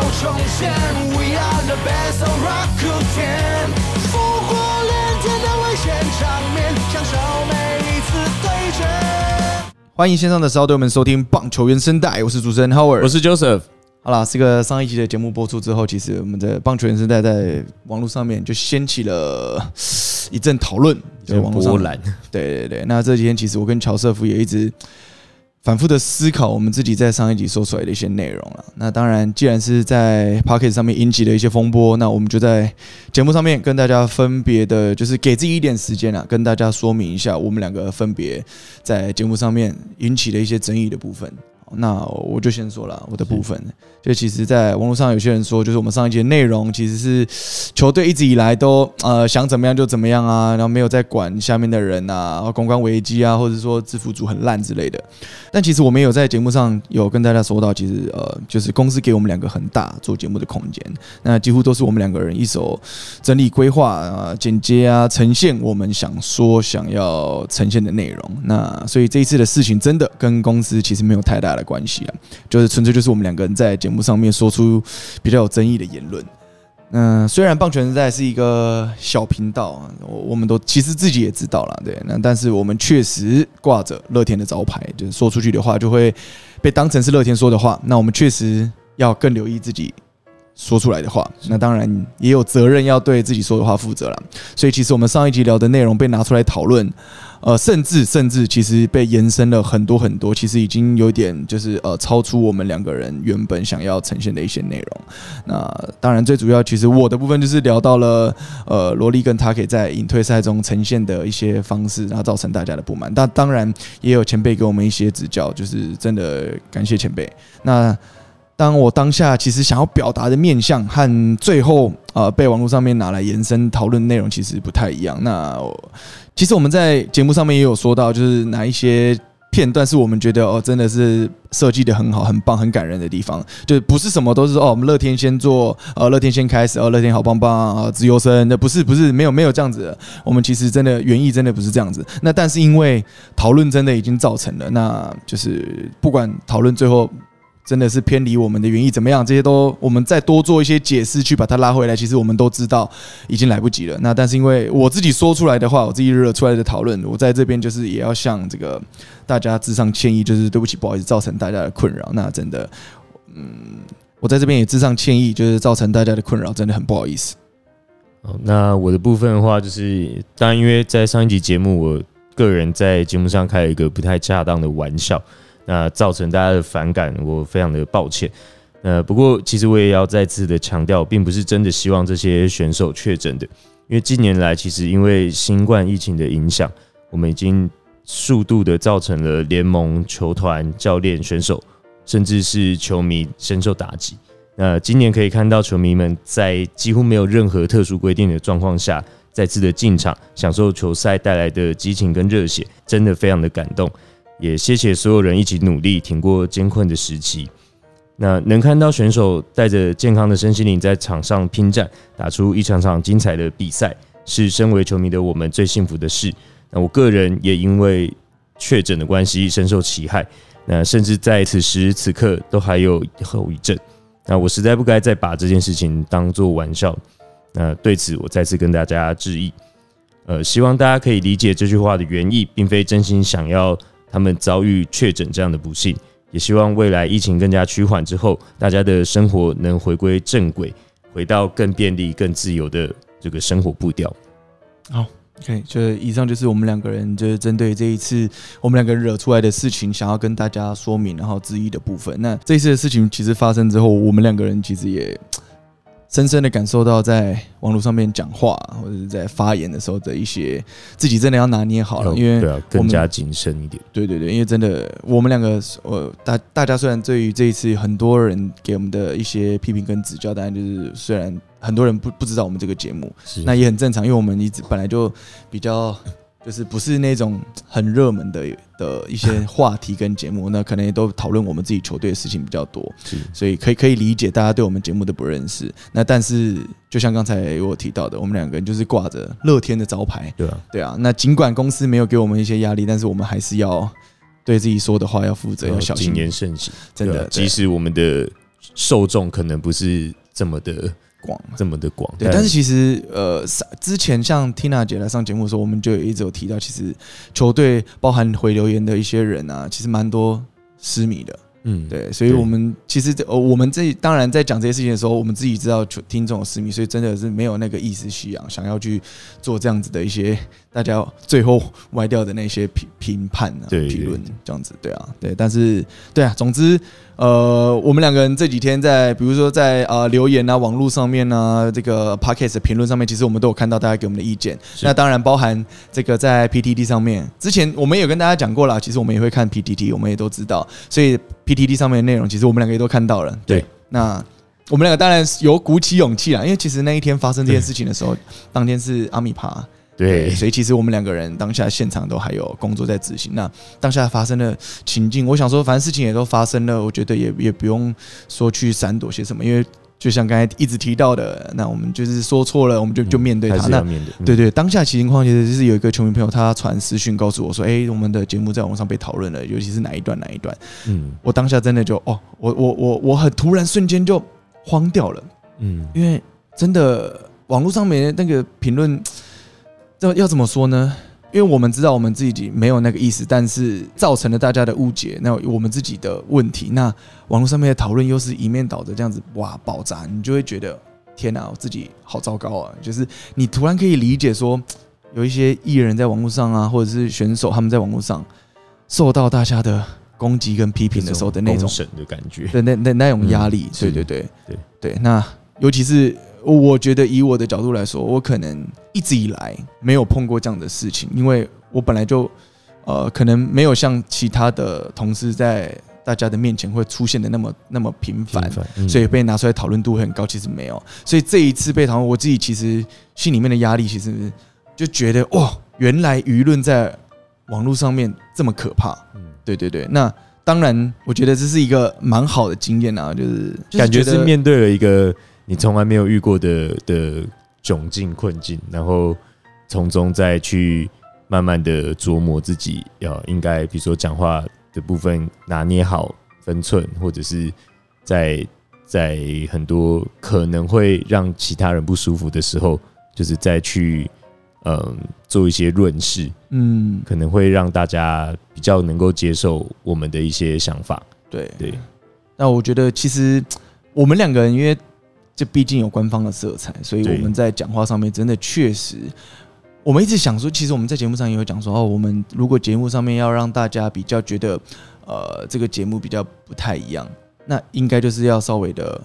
现，We are the best of Rakuten，俘获连天的危险场面，享受每一次对决。欢迎线上的骚队友们收听棒球原声带，我是主持人 Howard，我是 Joseph，好啦，这个上一集的节目播出之后，其实我们的棒球原声带在网络上面就掀起了一阵讨论，在网络上波兰，对对对，那这几天其实我跟乔瑟夫也一直反复的思考我们自己在上一集说出来的一些内容了。那当然，既然是在 p o c k e t 上面引起了一些风波，那我们就在节目上面跟大家分别的，就是给自己一点时间啊，跟大家说明一下我们两个分别在节目上面引起的一些争议的部分。好那我就先说了我的部分，就其实，在网络上有些人说，就是我们上一节内容其实是球队一直以来都呃想怎么样就怎么样啊，然后没有在管下面的人啊，然后公关危机啊，或者说制服组很烂之类的。但其实我们有在节目上有跟大家说到，其实呃就是公司给我们两个很大做节目的空间，那几乎都是我们两个人一手整理规划啊、剪接啊、呈现我们想说想要呈现的内容。那所以这一次的事情真的跟公司其实没有太大的关系啊，就是纯粹就是我们两个人在节目上面说出比较有争议的言论。嗯，虽然棒球人在是一个小频道啊，我我们都其实自己也知道啦，对，那但是我们确实挂着乐天的招牌，就是说出去的话就会被当成是乐天说的话，那我们确实要更留意自己说出来的话，那当然也有责任要对自己说的话负责啦。所以其实我们上一集聊的内容被拿出来讨论，呃，甚至甚至其实被延伸了很多很多，其实已经有点就是呃超出我们两个人原本想要呈现的一些内容。那当然最主要，其实我的部分就是聊到了呃罗莉跟他可以在隐退赛中呈现的一些方式，然后造成大家的不满。但当然也有前辈给我们一些指教，就是真的感谢前辈。那当我当下其实想要表达的面向和最后呃被网络上面拿来延伸讨论内容其实不太一样。那我其实我们在节目上面也有说到，就是哪一些片段是我们觉得哦真的是设计的很好、很棒、很感人的地方，就是不是什么都是哦我们乐天先做，呃乐天先开始，哦乐天好棒棒啊、呃自由生，那不是不是没有没有这样子的，我们其实真的原意真的不是这样子。那但是因为讨论真的已经造成了，那就是不管讨论最后真的是偏离我们的原意怎么样，这些都我们再多做一些解释去把它拉回来。其实我们都知道已经来不及了。那但是因为我自己说出来的话，我自己惹出来的讨论，我在这边就是也要向这个大家致上歉意，就是对不起，不好意思造成大家的困扰。那真的，嗯，我在这边也致上歉意，就是造成大家的困扰，真的很不好意思。好那我的部分的话，就是当然因为在上一集节目，我个人在节目上开了一个不太恰当的玩笑，那造成大家的反感，我非常的抱歉。呃，不过其实我也要再次的强调，并不是真的希望这些选手确诊的，因为近年来其实因为新冠疫情的影响，我们已经速度的造成了联盟、球团、教练、选手，甚至是球迷深受打击。那今年可以看到球迷们在几乎没有任何特殊规定的状况下，再次的进场，享受球赛带来的激情跟热血，真的非常的感动。也谢谢所有人一起努力，挺过艰困的时期。那能看到选手带着健康的身心灵在场上拼战，打出一场场精彩的比赛，是身为球迷的我们最幸福的事。那我个人也因为确诊的关系深受其害，那甚至在此时此刻都还有 后遗症。那我实在不该再把这件事情当做玩笑。那对此，我再次跟大家致意。呃，希望大家可以理解这句话的原意，并非真心想要他们遭遇确诊这样的不幸，也希望未来疫情更加趋缓之后，大家的生活能回归正轨，回到更便利、更自由的这个生活步调。 OK，就是以上就是我们两个人就是针对这一次我们两个人惹出来的事情，想要跟大家说明然后之一的部分。那这一次的事情其实发生之后，我们两个人其实也深深的感受到，在网络上面讲话或者是在发言的时候的一些自己真的要拿捏好了，因为对啊，我更们加谨慎一点。对对对，因为真的，我们两个，呃，大大家虽然对于这一次很多人给我们的一些批评跟指教，当然就是虽然很多人不不知道我们这个节目，是那也很正常，因为我们一直本来就比较就是不是那种很热门的的一 些话题跟节目，那可能也都讨论我们自己球队的事情比较多，是所以可以可以理解大家对我们节目的不认识。那但是就像刚才我有提到的，我们两个人就是挂着乐天的招牌，对啊，对啊，那尽管公司没有给我们一些压力，但是我们还是要对自己说的话要负责，要小谨心，言慎行。真对啊的啊，即对使我们的受众可能不是这么的广。这么的广。对，但是其实呃，上之前像 Tina 姐来上节目的时候，我们就一直有提到，其实球队包含回留言的一些人啊，其实蛮多失迷的。嗯，对，所以我们其实这呃，我们这当然在讲这些事情的时候，我们自己知道球听众有私密，所以真的是没有那个意思需要想要去做这样子的一些大家最后歪掉的那些评评判啊、对评论这样子，对啊，对，但是对啊，总之呃，我们两个人这几天在比如说在呃留言啊、网络上面啊、这个 podcast 的评论上面，其实我们都有看到大家给我们的意见。是那当然包含这个在 PTT 上面，之前我们也有跟大家讲过啦，其实我们也会看 PTT，我们也都知道，所以 PTT 上面的内容，其实我们两个也都看到了。对，那我们两个当然是有鼓起勇气啦，因为其实那一天发生这件事情的时候，当天是阿米爬，对所以其实我们两个人当下现场都还有工作在执行。那当下发生的情境，我想说，反正事情也都发生了，我觉得也也不用说去闪躲些什么，因为就像刚才一直提到的，那我们就是说错了，我们就就面对还它。是那要面对。嗯对对，当下情况其实是有一个球迷朋友，他传私讯告诉我说：“哎、我们的节目在网上被讨论了，尤其是哪一段哪一段。嗯”我当下真的就哦，我我我我很突然瞬间就慌掉了，嗯，因为真的网络上面那个评论，要要怎么说呢？因为我们知道我们自己没有那个意思，但是造成了大家的误解，那我们自己的问题，那网络上面的讨论又是一面倒的这样子，哇，爆炸，你就会觉得天哪、我自己好糟糕啊！就是你突然可以理解说，有一些艺人在网络上啊，或者是选手他们在网络上受到大家的攻击跟批评的时候的那种公审的感觉。对，那那那种压力，嗯对是对对对对。那尤其是我觉得以我的角度来说，我可能一直以来没有碰过这样的事情，因为我本来就呃可能没有像其他的同事在大家的面前会出现的那么那么频繁。反，嗯所以被拿出来讨论度会很高，其实没有。所以这一次被讨论，我自己其实心里面的压力，其实就觉得哇，原来舆论在网络上面这么可怕。嗯对对对，那当然，我觉得这是一个蛮好的经验啊，就是感觉就是得面对了一个你从来没有遇过的的窘境困境，然后从中再去慢慢的琢磨自己要应该，比如说讲话的部分拿捏好分寸，或者是在在很多可能会让其他人不舒服的时候，就是再去嗯做一些润饰，嗯，可能会让大家比较能够接受我们的一些想法。对对，那我觉得其实我们两个人，因为这毕竟有官方的色彩，所以对我们在讲话上面真的确实，我们一直想说，其实我们在节目上也有讲说，哦，我们如果节目上面要让大家比较觉得，呃，这个节目比较不太一样，那应该就是要稍微的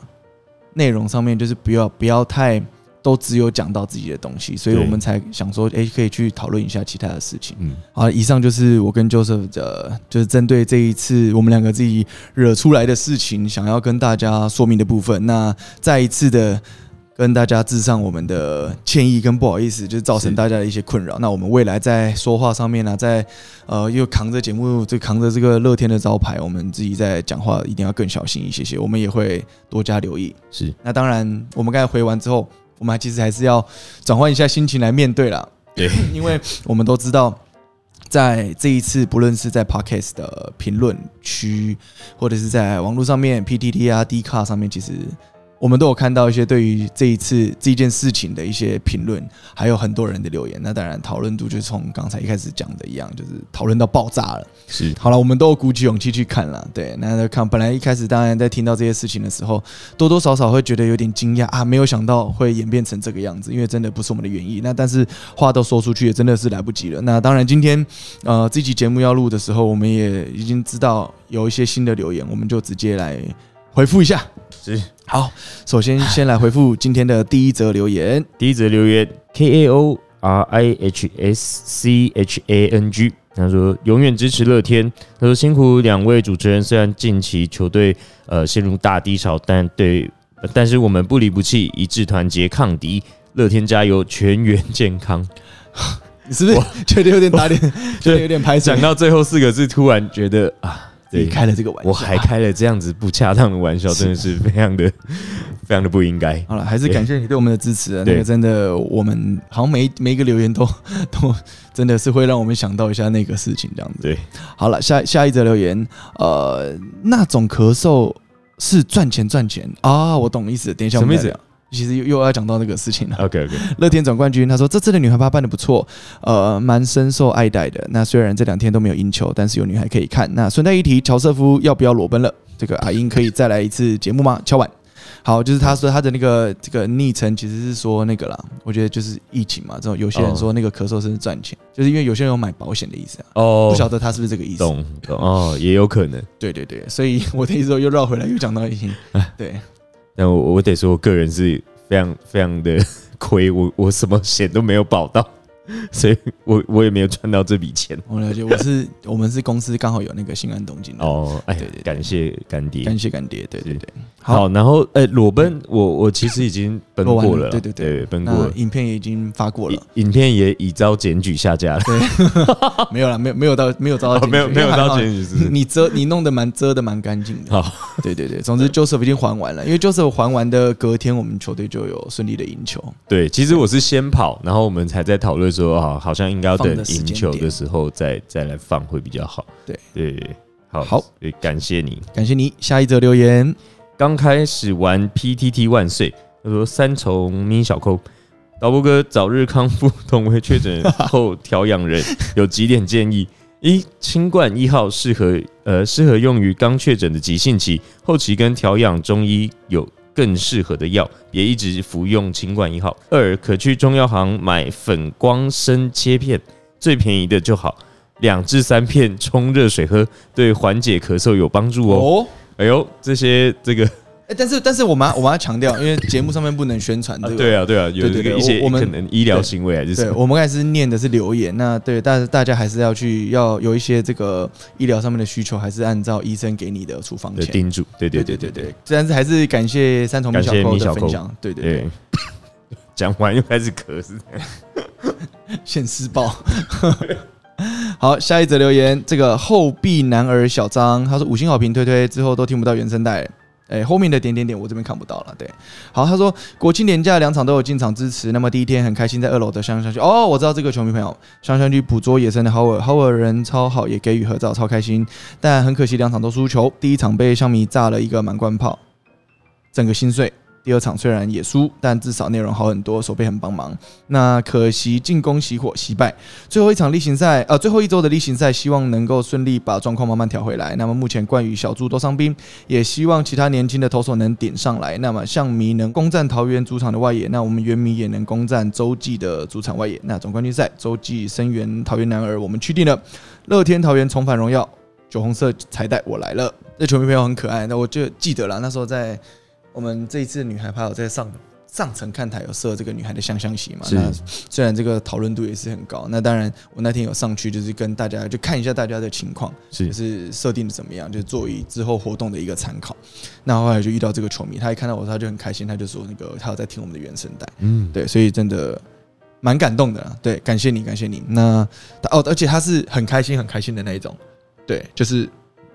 内容上面就是不要不要太。都只有讲到自己的东西，所以对我们才想说，哎、可以去讨论一下其他的事情。嗯，好，以上就是我跟 Joseph 的，就是针对这一次我们两个自己惹出来的事情，想要跟大家说明的部分。那再一次的跟大家致上我们的歉意跟不好意思，就是造成是大家的一些困扰。那我们未来在说话上面呢、在呃又扛着节目，就扛着这个乐天的招牌，我们自己在讲话一定要更小心一些些，我们也会多加留意。是。那当然，我们刚才回完之后，我们还其实还是要转换一下心情来面对啦。对， 因为我们都知道，在这一次，不论是在 podcast 的评论区，或者是在网络上面 PTT 啊、D 卡上面，其实我们都有看到一些对于这一次这一件事情的一些评论，还有很多人的留言。那当然，讨论度就从刚才一开始讲的一样，就是讨论到爆炸了。是好了，我们都鼓起勇气去看了。对，那就看本来一开始当然在听到这些事情的时候，多多少少会觉得有点惊讶啊，没有想到会演变成这个样子，因为真的不是我们的原意。那但是话都说出去，也真的是来不及了。那当然，今天呃这期节目要录的时候，我们也已经知道有一些新的留言，我们就直接来回复一下。是。好，首先先来回复今天的第一则留言。第一则留言 K A O R I H S C H A N G，他说永远支持乐天。他说辛苦两位主持人，虽然近期球队呃陷入大低潮，但对，呃但是我们不离不弃，一致团结抗敌。乐天加油，全员 健康。你是不是觉得有点 打脸？觉得有点拍手讲。到最后四个字，突然觉得啊，你对，开了这个玩笑，我还开了这样子不恰当的玩 笑，是真的是非常的非常的不应该。好了，还是感谢你对我们的支持啊！对那个真的，我们好像每每一个留言都 都真的是会让我们想到一下那个事情这样子。对，好了，下下一则留言，呃，那种咳嗽是赚钱赚钱啊，我懂意思。等一下我们再什么意思聊？其实又又要讲到那个事情了。 OK OK，乐天总冠军，他说这次的女孩趴办的不错，呃，蛮深受爱戴的。那虽然这两天都没有赢球，但是有女孩可以看。那顺带一提，乔瑟夫要不要裸奔了？这个阿英可以再来一次节目吗？敲碗。好，就是他说他的那个这个昵称其实是说那个啦，我觉得就是疫情嘛，这种有些人说那个咳嗽是赚钱，就是因为有些人有买保险的意思啊，哦不，晓得他是不是这个意思。懂懂哦，也有可能。对对对，所以我的意思说又绕回来又讲到疫情， 对，但我我得说，我个人是非常非常的 亏，我我什么险都没有保到，所以我我也没有赚到这笔钱。我了解，我是我们是公司刚好有那个新安东京的，哦，哎对对，对感谢干爹。干谢干爹，对对是对，好好，然后哎，裸奔，我我其实已经奔录完过了了啦，对对对奔过那了。影片也已经发过了影，影片也已遭检举下架了，没有啦，没有没有到没有遭到啊哦检举、没有没有遭检因为举，是还不好嗯是？你遮你弄得蛮遮的蛮干净的。好，对对对，总之 Joseph 已经还完了，因为 Joseph 还完的隔天，我们球队就有顺利的赢球。 对，其实我是先跑，然后我们才在讨论说，啊，好像应该要等放的时赢间球点的时候再再来放会比较好。对对，好，好，感谢你。感谢你，下一则留言，刚开始玩 PTT 万岁，他说三重咪小扣，导播哥早日康复，同为确诊后调养人，有几点建议：一、新冠一号适合呃适合用于刚确诊的急性期，后期跟调养中医有。更适合的药，别一直服用新冠一号。二，可去中药行买粉光参切片，最便宜的就好，两至三片冲热水喝，对缓解咳嗽有帮助哦哦。哎呦，这些这个哎，但是但是我妈我妈强调，因为节目上面不能宣传这啊个， 对啊对啊，有对对这个对一些我我们可能医疗行为还啊是什对么，我们刚才是念的是留言，那对大大家还是要去要有一些这个医疗上面的需求，还是按照医生给你的处方的钱。叮嘱，对对对对对对对对对，但是还是感谢三重米感谢米小小扣的扣分享，对对对对，。 讲完又开始咳，是现施暴。 好，下一则留言，这个后壁男儿小张，他说五星好评推推，之后都听不到原声带了。哎、后面的点点点我这边看不到了。对，好，他说国庆连假两场都有进场支持，那么第一天很开心在二楼的香香区，哦，我知道这个球迷朋友，香香区捕捉野生的豪尔，豪尔人超好，也给予合照，超开心。但很可惜两场都输球，第一场被香迷炸了一个满贯炮，整个心碎。第二场虽然也输，但至少内容好很多，手背很帮忙。那可惜进攻熄火惜败，最后一场例行赛，呃，最后一周的例行赛，希望能够顺利把状况慢慢调回来。那么目前冠宇、小猪都伤兵，也希望其他年轻的投手能顶上来。那么象迷能攻占桃园主场的外野，那我们原迷也能攻占洲际的主场外野。那总冠军赛，洲际声援桃园男儿，我们确定了，乐天桃园重返荣耀，酒红色彩带我来了。这球迷朋友很可爱，那我就记得了，那时候在我们这一次女孩趴有在上上层看台有设这个女孩的香香席嘛，那虽然这个讨论度也是很高，那当然我那天有上去，就是跟大家就看一下大家的情况，是就是是设定的怎么样，就是作为之后活动的一个参考。那后来就遇到这个球迷，他一看到我，他就很开心，他就说那个他有在听我们的原声带，嗯，对，所以真的蛮感动的啦，对，感谢你，感谢你。那他哦，而且他是很开心，很开心的那一种，对，就是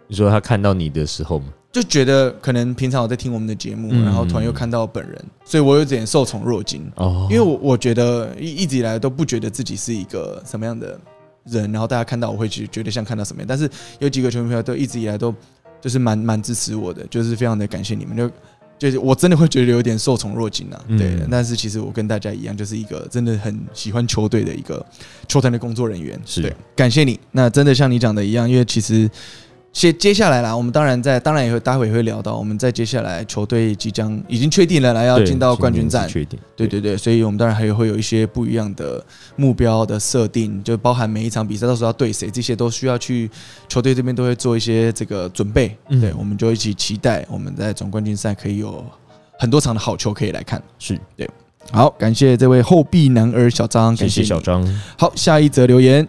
你说他看到你的时候嘛，就觉得可能平常我在听我们的节目，嗯然后突然又看到本人，所以我有点受宠若惊。哦，因为我我觉得一一直以来都不觉得自己是一个什么样的人，然后大家看到我会去觉得像看到什么样，但是有几个球迷朋友都一直以来都就是蛮蛮支持我的，就是非常的感谢你们，就就是我真的会觉得有点受宠若惊啊，嗯对。但是其实我跟大家一样，就是一个真的很喜欢球队的一个球团的工作人员，是对，感谢你。那真的像你讲的一样，因为其实。接接下来啦，我们当然在，当然也会，待会也会聊到，我们在接下来球队即将已经确定了啦，要对进到冠军战今年是，确定，对对对，所以我们当然还有会有一些不一样的目标的设定，就包含每一场比赛到时候要对谁，这些都需要去球队这边都会做一些这个准备。嗯对，我们就一起期待我们在总冠军赛可以有很多场的好球可以来看。是好，感谢这位后壁男儿小张，谢感谢你小。张。好，下一则留言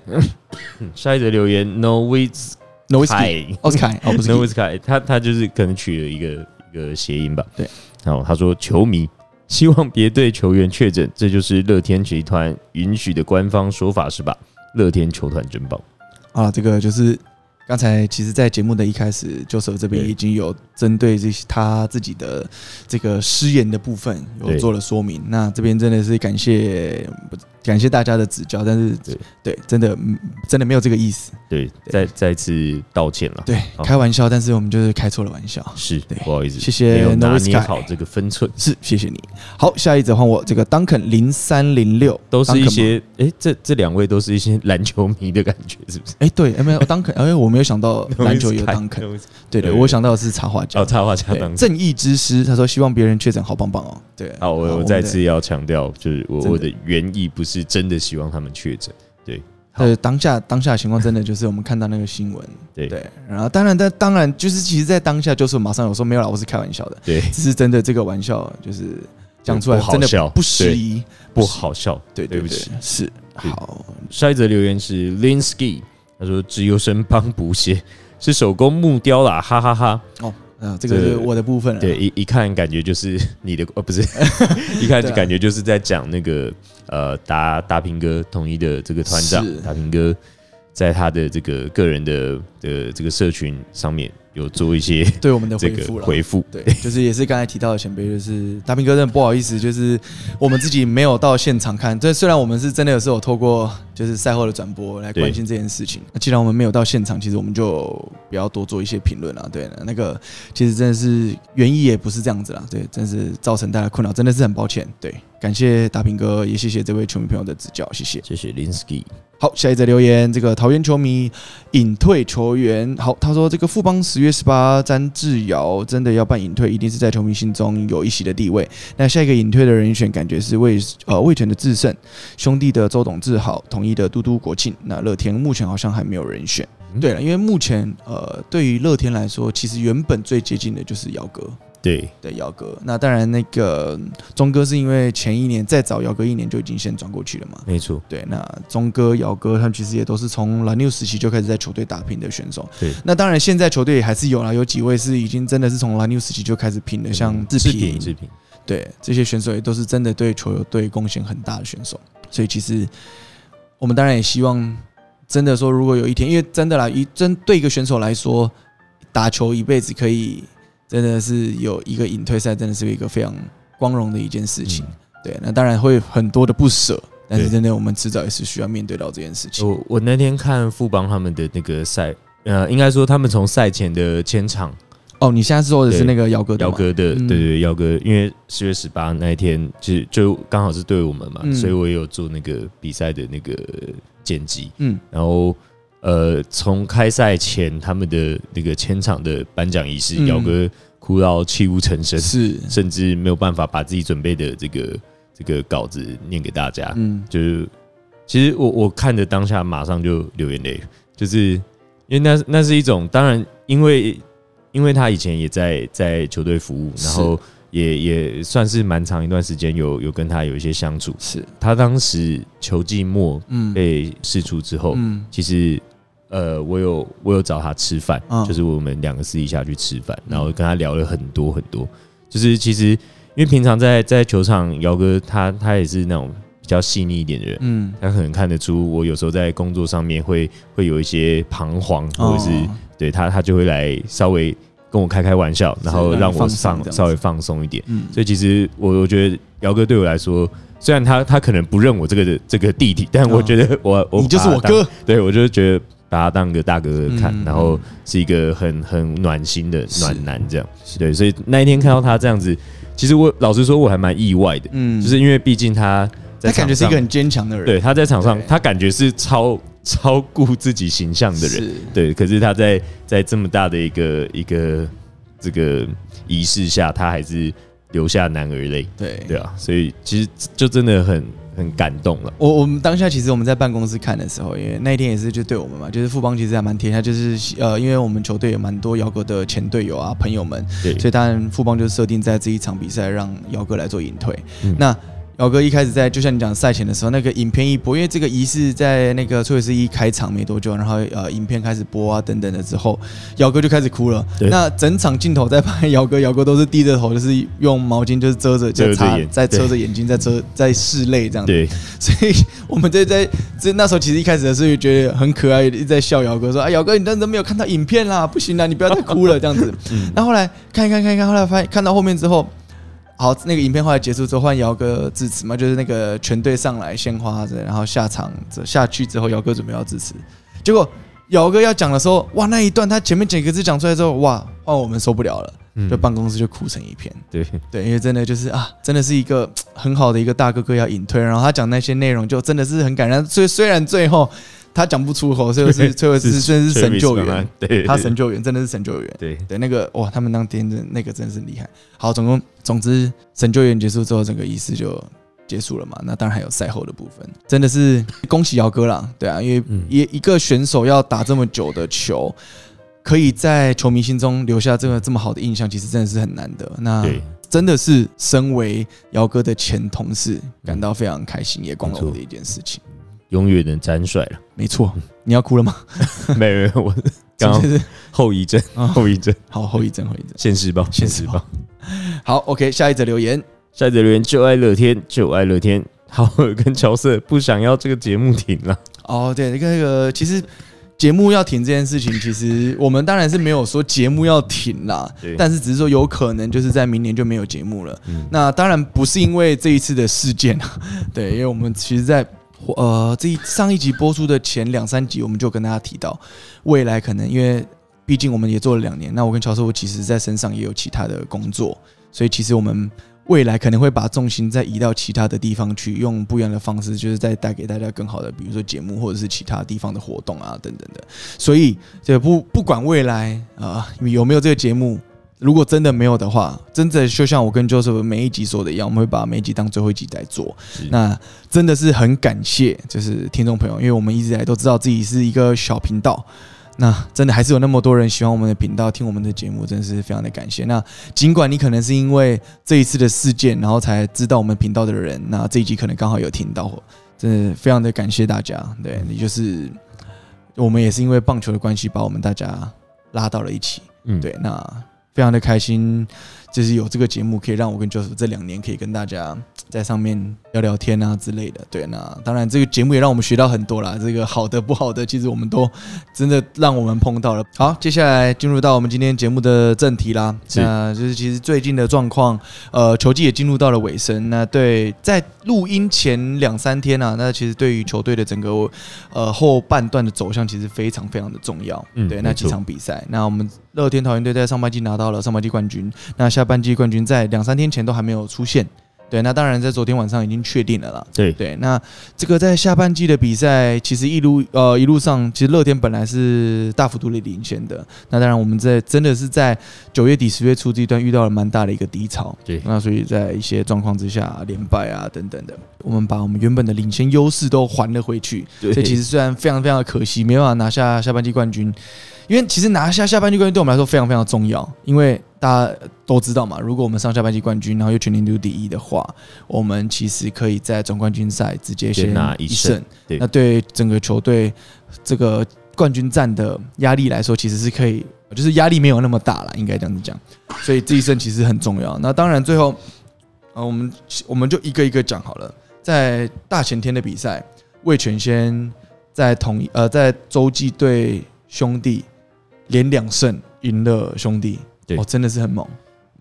嗯下一则留言，No w i z ，No k whiskey， i 奥斯卡，哦不是 No w i z k i 他他就是可能取了一个一个谐音吧，对。然后他说，球迷希望别对球员确诊，这就是乐天集团允许的官方说法是吧？乐天球团真棒。啊，这个就是刚才其实，在节目的一开始，Joseph 这边对已经有针对这些他自己的这个失言的部分有对做了说明。那这边真的是感谢感谢大家的指教，但是对对真的嗯真的没有这个意思，对，再再次道歉了。对，好开玩笑，但是我们就是开错了玩笑。是对不好意思，谢谢没有拿 Noise 捏 Guy 好这个分寸，是，谢谢你。好，下一则换我这个 Duncan 零三零六，都是一 Duncan 吗些哎，这这两位都是一些篮球迷的感觉，是不是？哎、对，哎没有 Duncan，哎，我没有想到 篮 球有 Duncan， Noise Guy，对对，对我想到的是插画家哦，。插画家对 Duncan。正义之师，他说希望别人确诊好棒棒哦。对，好，好我我我们再的次要强调，就是我真的我的原意不是真的希望他们确诊，好呃，当下当下的情况真的就是我们看到那个新闻， 对对，然后当然，但当然就是其实，在当下就是马上有说没有啦，我是开玩笑的，对，只 是真的这个玩笑就是讲出来不好真的笑不适宜，不好笑，对对对不对起。，是对好，下一则留言是 Linsky，他说自由身帮补鞋是手工木雕啦，哈哈哈哦，呃，这个是这我的部分了，对，一一看感觉就是 你的，哦，不 是，一看啊就感觉就是在讲那个呃达达平哥统一的这个团长是达平哥，在他的这个个人的的这个社群上面有做一些对我们的这回个复了。回复，对，就是也是刚才提到的前辈，就是大兵哥，真的不好意思，就是我们自己没有到现场看。这虽然我们是真的有时候有透过就是赛后的转播来关心这件事情，那既然我们没有到现场，其实我们就不要多做一些评论了。对，那个其实真的是原意也不是这样子啦，对，真是造成大家困扰，真的是很抱歉。对，感谢大兵哥，也谢谢这位球迷朋友的指教，谢谢。谢谢 Linsky。好，下一则留言，这个桃园球迷隐退球员，好，他说这个富邦十月十八詹志尧真的要办隐退，一定是在球迷心中有一席的地位。那下一个隐退的人选，感觉是魏呃魏权的智胜，兄弟的周董志豪，统一的嘟嘟国庆，那乐天目前好像还没有人选。嗯对了，因为目前呃对于乐天来说，其实原本最接近的就是姚哥。对，对姚哥，那当然那个嗯钟哥是因为前一年再早姚哥一年就已经先转过去了嘛，没错，对，那钟哥、姚哥他们其实也都是从蓝六时期就开始在球队打拼的选手。对那当然现在球队也还是有啦，有几位是已经真的是从蓝六时期就开始拼的，像志嗯制平品，制品，对这些选手也都是真的对球队贡献很大的选手。所以其实我们当然也希望，真的说如果有一天，因为真的啦，一针对一个选手来说，打球一辈子可以真的是有一个隐退赛，真的是一个非常光荣的一件事情。嗯对，那当然会很多的不舍，但是对哦真的我们迟早也是需要面对到这件事情。我我那天看富邦他们的那个赛，呃，应该说他们从赛前的签场，哦，你现在说的是那个姚哥的姚吗，哥的，嗯对对，姚哥，因为十月十八那一天，其实就刚好是对我们嘛，嗯所以我也有做那个比赛的那个剪辑，嗯，然后呃，从开赛前他们的那个签场的颁奖仪式，嗯姚哥哭到泣不成声，是，甚至没有办法把自己准备的这个这个稿子念给大家，嗯，就是其实我我看着当下马上就流眼泪，就是因为那那是一种当然，因为因为他以前也在在球队服务，是然后也也算是蛮长一段时间有有跟他有一些相处。是，他当时球季末嗯，被释出之后，嗯，其实呃，我有我有找他吃饭，嗯就是我们两个私底下去吃饭，嗯然后跟他聊了很多很多。就是其实因为平常在在球场，姚哥他他也是那种比较细腻一点的人，嗯，他可能看得出我有时候在工作上面会会有一些彷徨，或者是、哦对他他就会来稍微跟我开开玩笑，然后让你让我放松这放样子稍微放松一点。嗯，所以其实我我觉得姚哥对我来说，虽然他他可能不认我这个的这个弟弟，但我哦觉得我、我你就是把我他当哥，对我就是觉得把他当个大哥哥看，嗯然后是一个很很暖心的是暖男这样。对，所以那一天看到他这样子，其实我老实说我还蛮意外的，嗯，就是因为毕竟他在他感觉是一场个上很坚强的人，对他在场上对他感觉是超超顾自己形象的人，是，对，可是他在在这么大的一个一个这个仪式下，他还是流下男儿泪。对对啊，所以其实就真的很很感动了。我我们当下其实我们在办公室看的时候，因为那一天也是就对我们嘛，就是富邦其实还蛮贴，他就是呃，因为我们球队有蛮多姚哥的前队友啊朋友们，对，所以当然富邦就设定在这一场比赛让姚哥来做隐退。嗯那姚哥一开始在就像你讲赛前的时候，那个影片一播，因为这个仪式在那个崔呃伟斯一开场没多久，然后呃影片开始播啊等等的之后，姚哥就开始哭了。对那整场镜头在拍姚哥，姚哥都是低着头，就是用毛巾就是遮着，就遮着擦眼，在对遮着眼睛，在遮在拭泪这样子。对，所以我们在在这那时候其实一开始的时候也觉得很可爱，一直在笑姚哥说：“哎，姚哥，你真的没有看到影片啦，不行啦，你不要再哭了。”这样子。那后来看一看看一看，后来发现看到后面之后，好，那个影片后来结束之后，换姚哥致辞嘛，就是那个全队上来献花的，然后下场下去之后，姚哥准备要致辞，结果姚哥要讲的时候，哇，那一段他前面几个字讲出来之后，哇，换我们受不了了，嗯就办公室就哭成一片。对，对，因为真的就是啊，真的是一个很好的一个大哥哥要隐退，然后他讲那些内容就真的是很感人。虽虽然最后他讲不出口，所以是最后是真的是神救援，，对，他神救援真的是神救援。对，对，那个哇，他们当天真那个真的是厉害。好，总共总之神救援结束之后，整个仪式就结束了嘛。那当然还有赛后的部分，真的是恭喜姚哥啦，对啊，因为嗯一一个选手要打这么久的球，可以在球迷心中留下这个这么好的印象，其实真的是很难得。那对，真的是身为姚哥的前同事，感到非常开心，也光荣嗯没错的一件事情。永远的斩帅了。没错，你要哭了吗？没有没有，我刚是刚不是后遗症，啊后遗症，好后一阵后一阵。 现实报，现实报。好，OK，下一则留言，下一则留言就爱乐天，就爱乐天。好，尔跟乔瑟不想要这个节目停了。哦，对，那个那个，其实节目要停这件事情，其实我们当然是没有说节目要停啦对，但是只是说有可能就是在明年就没有节目了。嗯那当然不是因为这一次的事件啊， 对，因为我们其实在，呃这一上一集播出的前两三集，我们就跟大家提到，未来可能因为毕竟我们也做了两年，那我跟乔师傅其实在身上也有其他的工作，所以其实我们未来可能会把重心再移到其他的地方去，用不一样的方式，就是再带给大家更好的，比如说节目或者是其他地方的活动啊等等的。所以这不不管未来啊、呃有没有这个节目。如果真的没有的话，真的就像我跟 Joseph 每一集说的一样，我们会把每一集当最后一集来做。那真的是很感谢，就是听众朋友，因为我们一直以来都知道自己是一个小频道，那真的还是有那么多人喜欢我们的频道，听我们的节目，真的是非常的感谢。那尽管你可能是因为这一次的事件，然后才知道我们频道的人，那这一集可能刚好有听到，真的非常的感谢大家。对你就是我们也是因为棒球的关系，把我们大家拉到了一起。嗯，对，那非常的开心，就是有这个节目可以让我跟 Joseph 这两年可以跟大家在上面聊聊天啊之类的。对，那当然这个节目也让我们学到很多啦，这个好的不好的，其实我们都真的让我们碰到了。好，接下来进入到我们今天节目的正题啦，是那就是其实最近的状况，呃，球季也进入到了尾声。那对，在录音前两三天啊，那其实对于球队的整个呃后半段的走向，其实非常非常的重要。嗯对，那没几错场比赛，那我们乐天桃园队在上半季拿到了上半季冠军，那下半季冠军在两三天前都还没有出现。对，那当然在昨天晚上已经确定了啦。对对，那这个在下半季的比赛，其实一路呃一路上，其实乐天本来是大幅度的领先的。那当然，我们在真的是在九月底十月初这一段遇到了蛮大的一个低潮。对那所以在一些状况之下，连败啊等等的，我们把我们原本的领先优势都还了回去。对所以其实虽然非常非常的可惜，没办法拿下下半季冠军，因为其实拿下下半季冠军对我们来说非常非常重要，因为大家都知道嘛，如果我们上下半季冠军，然后又全年度第一的话，我们其实可以在总冠军赛直接先先拿一胜对那对整个球队这个冠军战的压力来说，其实是可以，就是压力没有那么大了，应该这样子讲。所以这一胜其实很重要。那当然最后，呃，我们我们就一个一个讲好了。在大前天的比赛，魏全先在同一呃在洲际对兄弟连两胜赢了兄弟，对哦，真的是很猛。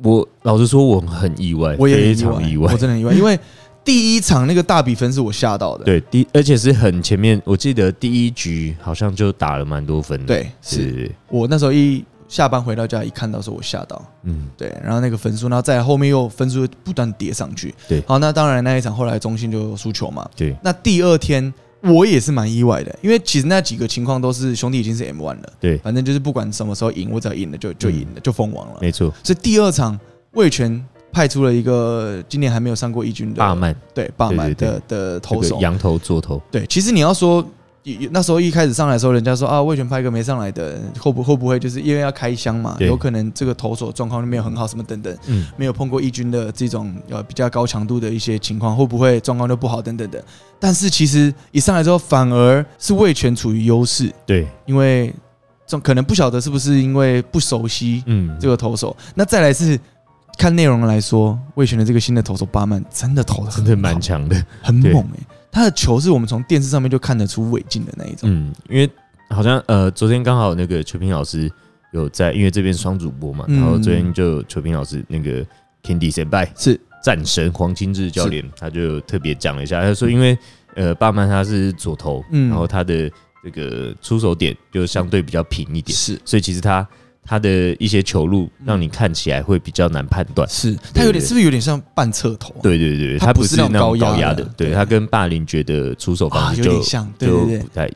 我老实说，我很意外，我也很非常意外我。真的很意外，因为第一场那个大比分是我吓到的。对，第而且是很前面，我记得第一局好像就打了蛮多分的。，对，是是，我那时候一下班回到家一看到，时候我吓到。嗯，对，然后那个分数，然后再后面又分数不断叠上去。对好，那当然那一场后来中信就输球嘛。对那第二天我也是蛮意外的，因为其实那几个情况都是兄弟已经是 M one 了，对，嗯反正就是不管什么时候赢，我只要赢了就就赢了，就封王了。没错，所以第二场魏权派出了一个今年还没有上过一军的大曼对霸满对对的的这投个手。羊头做头，对，其实你要说也也那时候一开始上来的时候，人家说啊，魏权派一个没上来的，会不会不会就是因为要开箱嘛？对有可能这个投手状况没有很好，什么等等，嗯没有碰过一军的这种呃比较高强度的一些情况，会不会状况就不好等等的。但是其实一上来之后，反而是魏权处于优势，对，因为这可能不晓得是不是因为不熟悉嗯，这个投手。那再来是看内容来说，魏权的这个新的投手巴曼真的 投的真的蛮强的，很对猛哎、他的球是我们从电视上面就看得出违禁的那一种。嗯，因为好像呃，昨天刚好那个邱平老师有在，因为这边双主播嘛，嗯然后昨天就邱平老师那个 Candy s a y Bye 是战神黄金志教练，他就特别讲了一下，他说因为呃，爸曼他是左投，嗯然后他的这个出手点就相对比较平一点，是所以其实他他的一些球路嗯让你看起来会比较难判断。是，他有点是不是有点像半侧头、啊？对对对，他他不不是是那种那种高高压压的的，对对他跟霸凌觉的出手啊，方式有就点像，对就对对不。太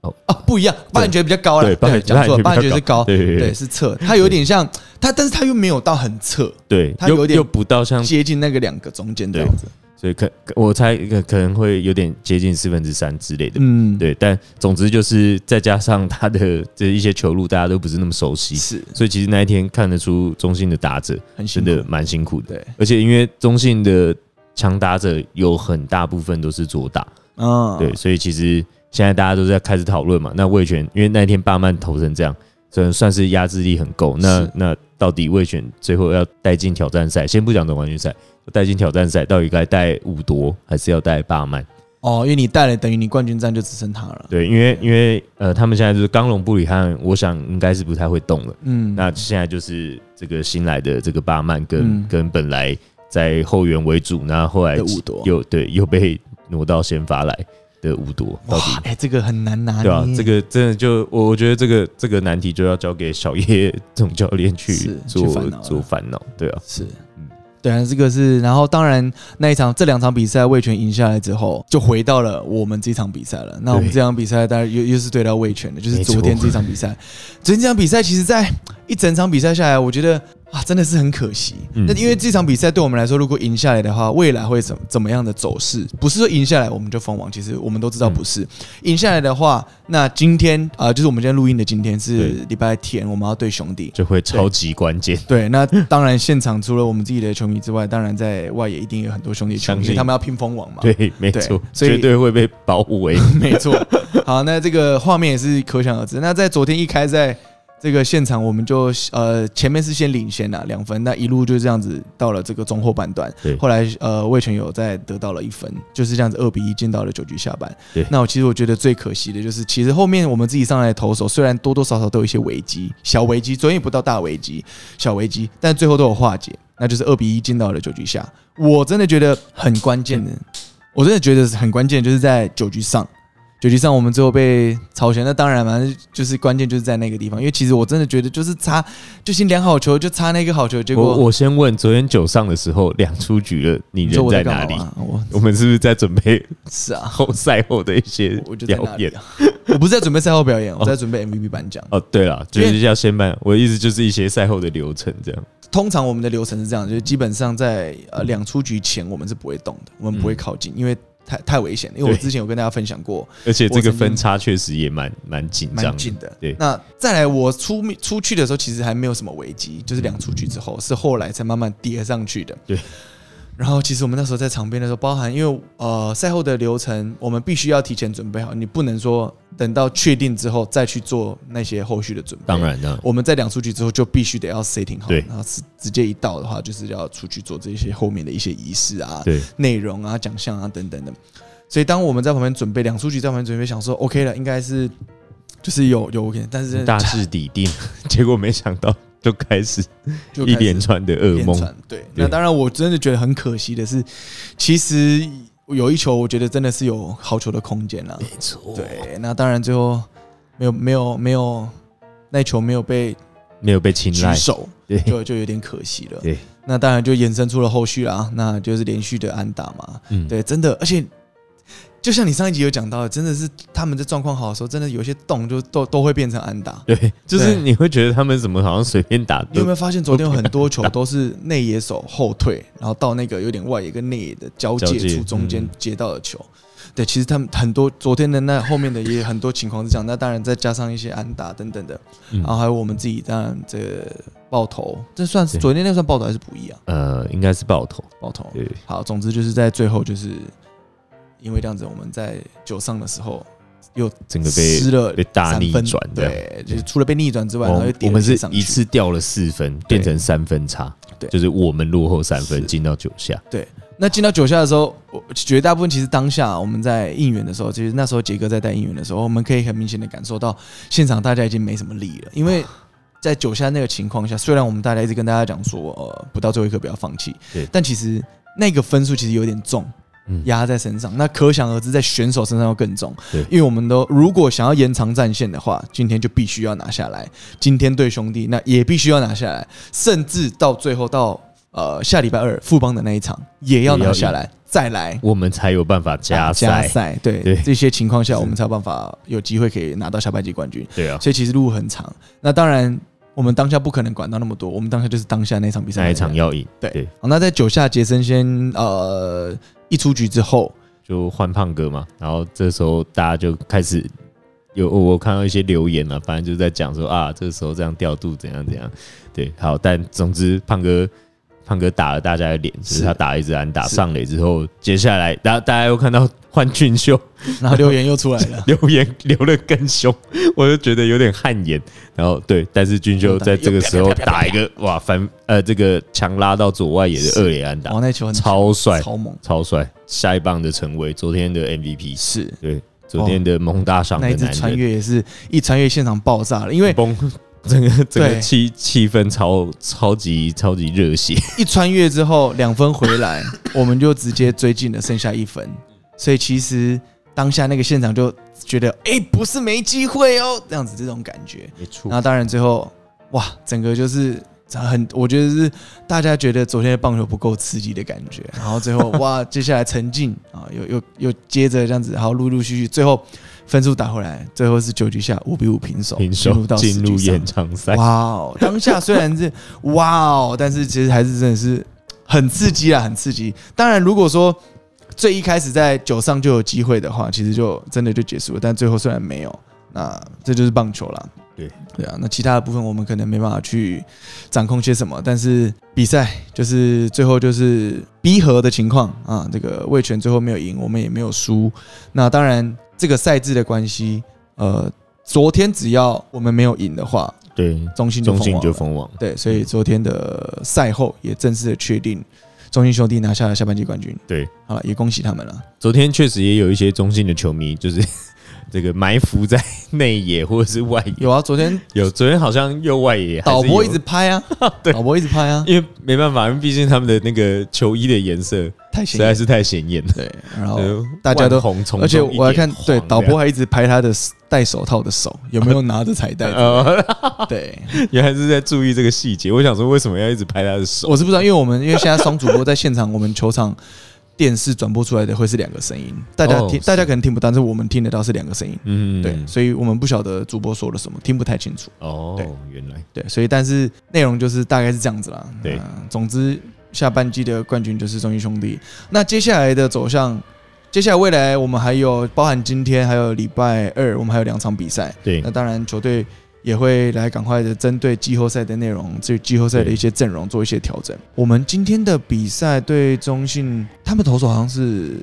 哦，不一样，八点觉得比较高了，对对，讲错了，八八点觉得点觉得是比高，较高对对对对，是侧，他有点像他，但是他又没有到很侧，对他，有又点又不到像接近那个两个中间这样子，所以可可我猜可可能会有点接近四分之三之类的。嗯，，对，但总之就是再加上他的这一些球路，大家都不是那么熟悉，是所以其实那一天看得出中信的打者很辛真苦的，蛮辛苦的，对，而且因为中信的强打者有很大部分都是左打，嗯，对，，所以其实现在大家都在开始讨论嘛。那魏权因为那一天霸曼投成这样，算算是压制力很够。那是那到底魏权最后要带进挑战赛，先不讲总冠军赛，带进挑战赛到底该带五夺还是要带霸曼？哦，因为你带了，等于你冠军战就只剩他了，对，因为因为呃，他们现在就是刚龙布里汉，我想应该是不太会动了。嗯，那现在就是这个新来的这个巴曼跟、嗯跟本来在后援为主，那后来的五夺又对又被挪到先发来的五夺，到哇底，哎，这个很难拿捏，对啊，这个真的就我我觉得这个这个难题就要交给小叶总教练去是做去烦恼了做烦恼，对啊，是嗯。对啊，这个是，然后当然那一场这两场比赛魏权赢下来之后，就回到了我们这场比赛了。那我们对这场比赛当然又又是对到魏权的，就是没错昨天这场比赛。昨天这场比赛其实，在一整场比赛下来，我觉得啊，真的是很可惜。嗯那、因为这场比赛对我们来说，如果赢下来的话，未来会怎怎么样的走势？不是说赢下来我们就封王，其实我们都嗯知道不是。赢、下来的话，那今天啊、就是我们今天录音的今天是对礼拜天，我们要对兄弟。就会超级关键，对，那当然，现场除了我们自己的球迷之外，当然在外也一定有很多兄弟球迷，相因为信他们要拼封王嘛。，对，没对错，所以绝对会被保护为 没错。好，那这个画面也是可想而知。那在昨天一开在这个现场，我们就呃前面是先领先了两分，那一路就这样子到了这个中后半段对。后来呃魏全友再得到了一分，就是这样子二比一进到了九局下半。对那我其实我觉得最可惜的就是，其实后面我们自己上来的投手虽然多多少少都有一些危机，小危机，昨天也不到大危机，小危机，但最后都有化解。那就是二比一进到了九局下，我真的觉得很关键的，我真的觉得是很关键，就是在九局上。九局上我们最后被超前，那当然嘛，就是关键就是在那个地方，因为其实我真的觉得就是差，就是两好球就差那个好球，结我果我先问，昨天九上的时候两出局了，你你说人我在干嘛哪里？啊？我我们是不是在准备是啊，后赛后的一些我就在表那里演？啊， 我不是在准备赛后表演，我在准备 MVP 颁奖。哦，对了，就因是要先办。我的意思就是一些赛后的流程这样。通常我们的流程是这样，就是基本上在呃两出局前我们是不会动的，我们不会靠近，因为太太危险了。因为我对之前有跟大家分享过，而且这我曾个经分差确实也蛮蛮紧张蛮的近。的。对那再来我出出去的时候，其实还没有什么危机，就是两出去之后，是后来才慢慢叠上去的。对。然后其实我们那时候在场边的时候，包含因为呃赛后的流程，我们必须要提前准备好，你不能说等到确定之后再去做那些后续的准备。当，然了，我们在两出去之后就必须得要 setting 好，对然后是直接一到的话，就是要出去做这些后面的一些仪式啊，对，内容啊、奖项啊等等的。所以当我们在旁边准备，两书局在旁边准备，想说 OK 了，应该是就是有有 OK，但是大致底定， 结果没想到就开始就开一始连串的噩连梦。串。对，那当然我真的觉得很可惜的是，其实有一球我觉得真的是有好球的空间啦。没错，对，那当然最后没有没有没有那球没有被没有被青举睐。手，对，就就有点可惜了。对，那啊当然就衍生出了后续啦，那就是连续的安打嘛。嗯，对，真的，而且就像你上一集有讲到的，真的是他们的状况好的时候，真的有些洞就都都会变成安打。对，就是对你会觉得他们怎么好像随便打你有没都有发现昨天有很多球都是内野手后退， 然后到那个有点外野跟内野的交界交界处中间嗯接到的球？对，其实他们很多昨天的那后面的也很多情况是这样，那当然再加上一些安打等等的，嗯然后还有我们自己当然这个爆头，这算是对昨天那个算爆头还是不一啊？呃，应该是爆头。爆头。对，好，总之就是在最后就是因为这样子，我们在九上的时候整个被失了被大逆三分转这样对，就是除了被逆转之外，然后又我跌了我们是上去一次掉了四分，变成三分差，对就是我们落后三分是进到九下，那进到九下的时候，我绝大部分其实当下我们在应援的时候，其实那时候杰哥在带应援的时候，我们可以很明显的感受到现场大家已经没什么力了，因为啊在九下那个情况下，虽然我们大家一直跟大家讲说，呃，不到最后一刻不要放弃对，但其实那个分数其实有点重嗯。压在身上，那可想而知，在选手身上要更重对，因为我们都如果想要延长战线的话，今天就必须要拿下来。今天对兄弟，那也必须要拿下来，甚至到最后到呃下礼拜二富邦的那一场也要拿下来，再来我们才有办法加打啊加赛。赛。对，对这些情况下我们才有办法有机会可以拿到下半季冠军。对啊，所以其实路很长。那当然，我们当下不可能管到那么多，我们当下就是当下那场比赛啊那一场要赢，好，那在九下杰森先呃一出局之 后，就换胖哥嘛。然后这时候大家就开始有我我看到一些留言啊，反正就是在讲说啊，这时候这样调度怎样怎样。对，好，但总之胖哥。胖哥打了大家的脸，就是是他打了一支安打是上垒之后，接下来大家大家又看到换俊秀， 。然后留言又出来了留言留的更凶，我就觉得有点汗颜。然后对，但是军秀在这个时候打一个哇反呃这个强拉到左外野的二垒安哇，打，那球很超帅超猛，超帅！下一棒的陈伟，昨天的 MVP，是对，昨天的蒙大赏那的一次男穿人，越也是一穿越现场爆炸了，因为崩， 整个整个对气气氛超超级超级热血，一穿越之后两分回 来，我们就直接追进了，剩下一分。所以其实当下那个现场就觉得，哎、不是没机会哦，这样子这种感觉。没然错，后当然最后，哇，整个就是很，我觉得是大家觉得昨天的棒球不够刺激的感 觉。然后最后哇，接下来沉静啊，又又又接着这样子，然后陆陆续续，最后分数打回来，最后是九局下五比五平手， 平手到进入演延长赛，哇哦，当下虽然是 哇哦，但是其实还是真的是很刺激啊，很刺激。当然，如果说最一开始在九上就有机会的话，其实就真的就结束了。但最后虽然没有，那这就是棒球啦。对对啊，那其他的部分我们可能没办法去掌控些什么，但是比赛就是最后就是逼和的情况啊，这个魏权最后没有赢，我们也没有输。那当然，这个赛制的关系，呃，昨天只要我们没有赢的话，对，中信就中封信王就了封嗯王，对，所以昨天的赛后也正式的确定，中信兄弟拿下了下半季冠军。对，好了，也恭喜他们了。昨天确实也有一些中信的球迷，就是 这个埋伏在内野或者是外 野。有啊，昨天有，昨天好像右外野 还是有导播一直，拍啊， 对导播一直拍 啊，因为没办法，因为毕竟他们的那个球衣的颜色太实显在眼。是太显眼了，对，然后呃哦大家都万红从，而且我还看，对，导播还一直拍他的戴手套的手有没有拿着彩带。 呃，对，原来是在注意这个细节。我想说，为什么要一直拍他的手？我是不知道，因为我们因为现在双主播在现场，我们球场。电视转播出来的会是两个声音，大家哦听，是大家可能听不到，但是我们听得到是两个声音，嗯，对，所以我们不晓得主播说了什么，听不太清楚。哦对，原来对，所以但是内容就是大概是这样子啦。对那总之下半季的冠军就是中信兄弟。那接下来的走向，接下来未来我们还有包含今天还有礼拜二，我们还有两场比赛。对那当然球队也会来赶快的针对季后赛的内容，至于季后赛的一些阵容做一些调整。我们今天的比赛对中信，他们投手好像是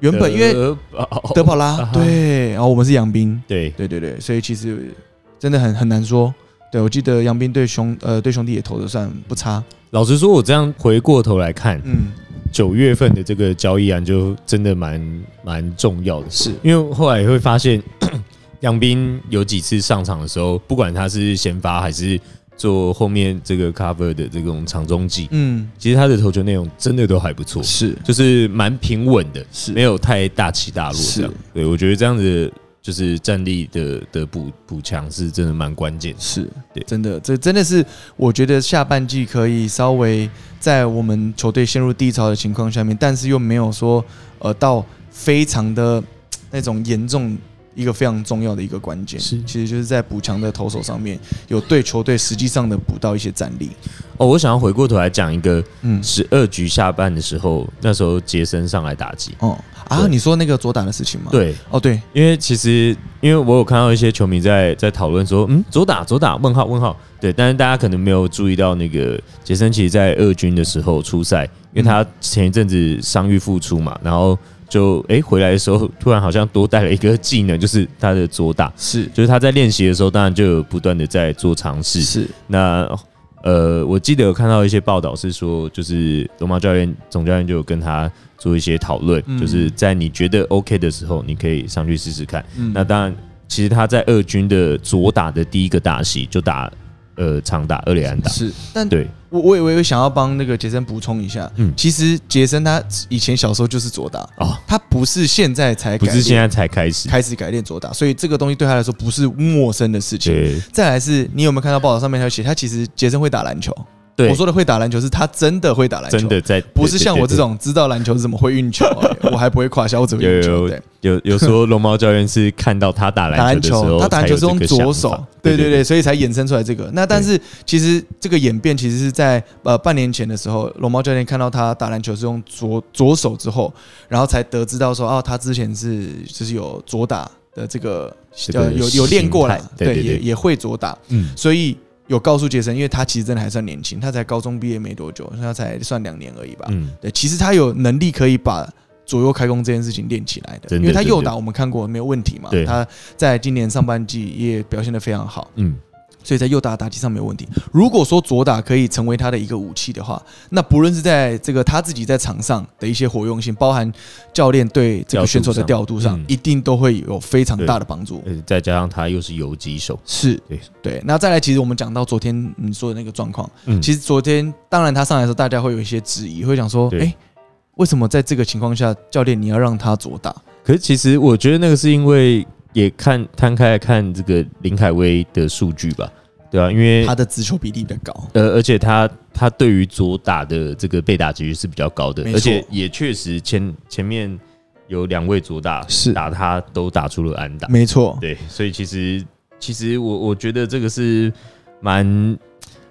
原本因为德保德保拉、啊对，然后我们是杨斌，对对对对，所以其实真的很很难说。对我记得杨斌对兄呃对兄弟也投的算不差，老实说，我这样回过头来看，嗯，九月份的这个交易案就真的蛮蛮重要的，是因为后来会发现 杨斌有几次上场的时候，不管他是先发还是做后面这个 cover 的这种场中计，嗯其实他的投球内容真的都还不错，是就是蛮平稳的，是没有太大起大落这样是。对我觉得这样子就是战力的的补补强是真的蛮关键的。是对，真的这真的是我觉得下半季可以稍微在我们球队陷入低潮的情况下面，但是又没有说呃到非常的那种严重。一个非常重要的一个关键，是其实就是在补强的投手上面，有对球队实际上的补到一些战力。哦，我想要回过头来讲一个嗯，十二局下半的时候，那时候杰森上来打击，哦啊，对你说那个左打的事情吗？，对，哦对，因为其实因为我有看到一些球迷在在讨论说，嗯，左打左打问号问号，对，但是大家可能没有注意到那个杰森，其实在二军的时候出赛，因为他前一阵子伤愈复出嘛，然后就诶回来的时候，突然好像多带了一个技能，就是他的左打，是就是他在练习的时候，当然就有不断的在做尝试，是，那呃，我记得有看到一些报道是说，就是龙马教练总教练就有跟他做一些讨论，嗯就是在你觉得 OK 的时候，你可以上去试试看。嗯那当然，其实他在二军的左打的第一个打席就打呃长打二垒安打，是，但对，我我也我也想要帮那个杰森补充一下，嗯其实杰森他以前小时候就是左打，哦，他不是现在才不改是练现在才开始，开始改练左打，所以这个东西对他来说不是陌生的事情。对再来是你有没有看到报道上面他有写，他其实杰森会打篮球。对，我说的会打篮球是他真的会打篮球，真的在不是对对像我这对种知道篮球是怎么会运球而已，我还不会胯下，我只会有运球。有对，有 有说龙猫教练是看到他打打篮篮球的时球，候，他打篮球是用左手，对对对对，所以才衍生出来这个。那但是其实这个演变其实是在呃半年前的时候，龙猫教练看到他打篮球是用左左手之后，然后才得知到说哦，他之前是就是有左打的这个这个呃有有练过啦形态，对对，对也对也会左打，嗯，所以。有告诉杰森，因为他其实真的还算年轻，他才高中毕业没多久，他才算两年而已吧。嗯，对，其实他有能力可以把左右开弓这件事情练起来的，真的因为他右真打的我们看过没有问题嘛对，他在今年上半季也表现得非常好，嗯，所以在右打的打击上没有问题。如果说左打可以成为他的一个武器的话，那不论是在这个他自己在场上的一些活用性，包含教练对这个选手的调度上，调度上嗯一定都会有非常大的帮助。呃再加上他又是游击手，是对对，那再来，其实我们讲到昨天你说的那个状况，嗯其实昨天当然他上来的时候，大家会有一些质疑，会想说，哎、对为什么在这个情况下，教练你要让他左打？可是其实我觉得那个是因为也看摊开来看这个林凯威的数据吧，对啊，因为他的直球比例比较高，呃，而且他他对于左打的这个被打几率是比较高的没，错而且也确实前前面有两位左打是打他都打出了安打，没错，对，所以其实其实我我觉得这个是蛮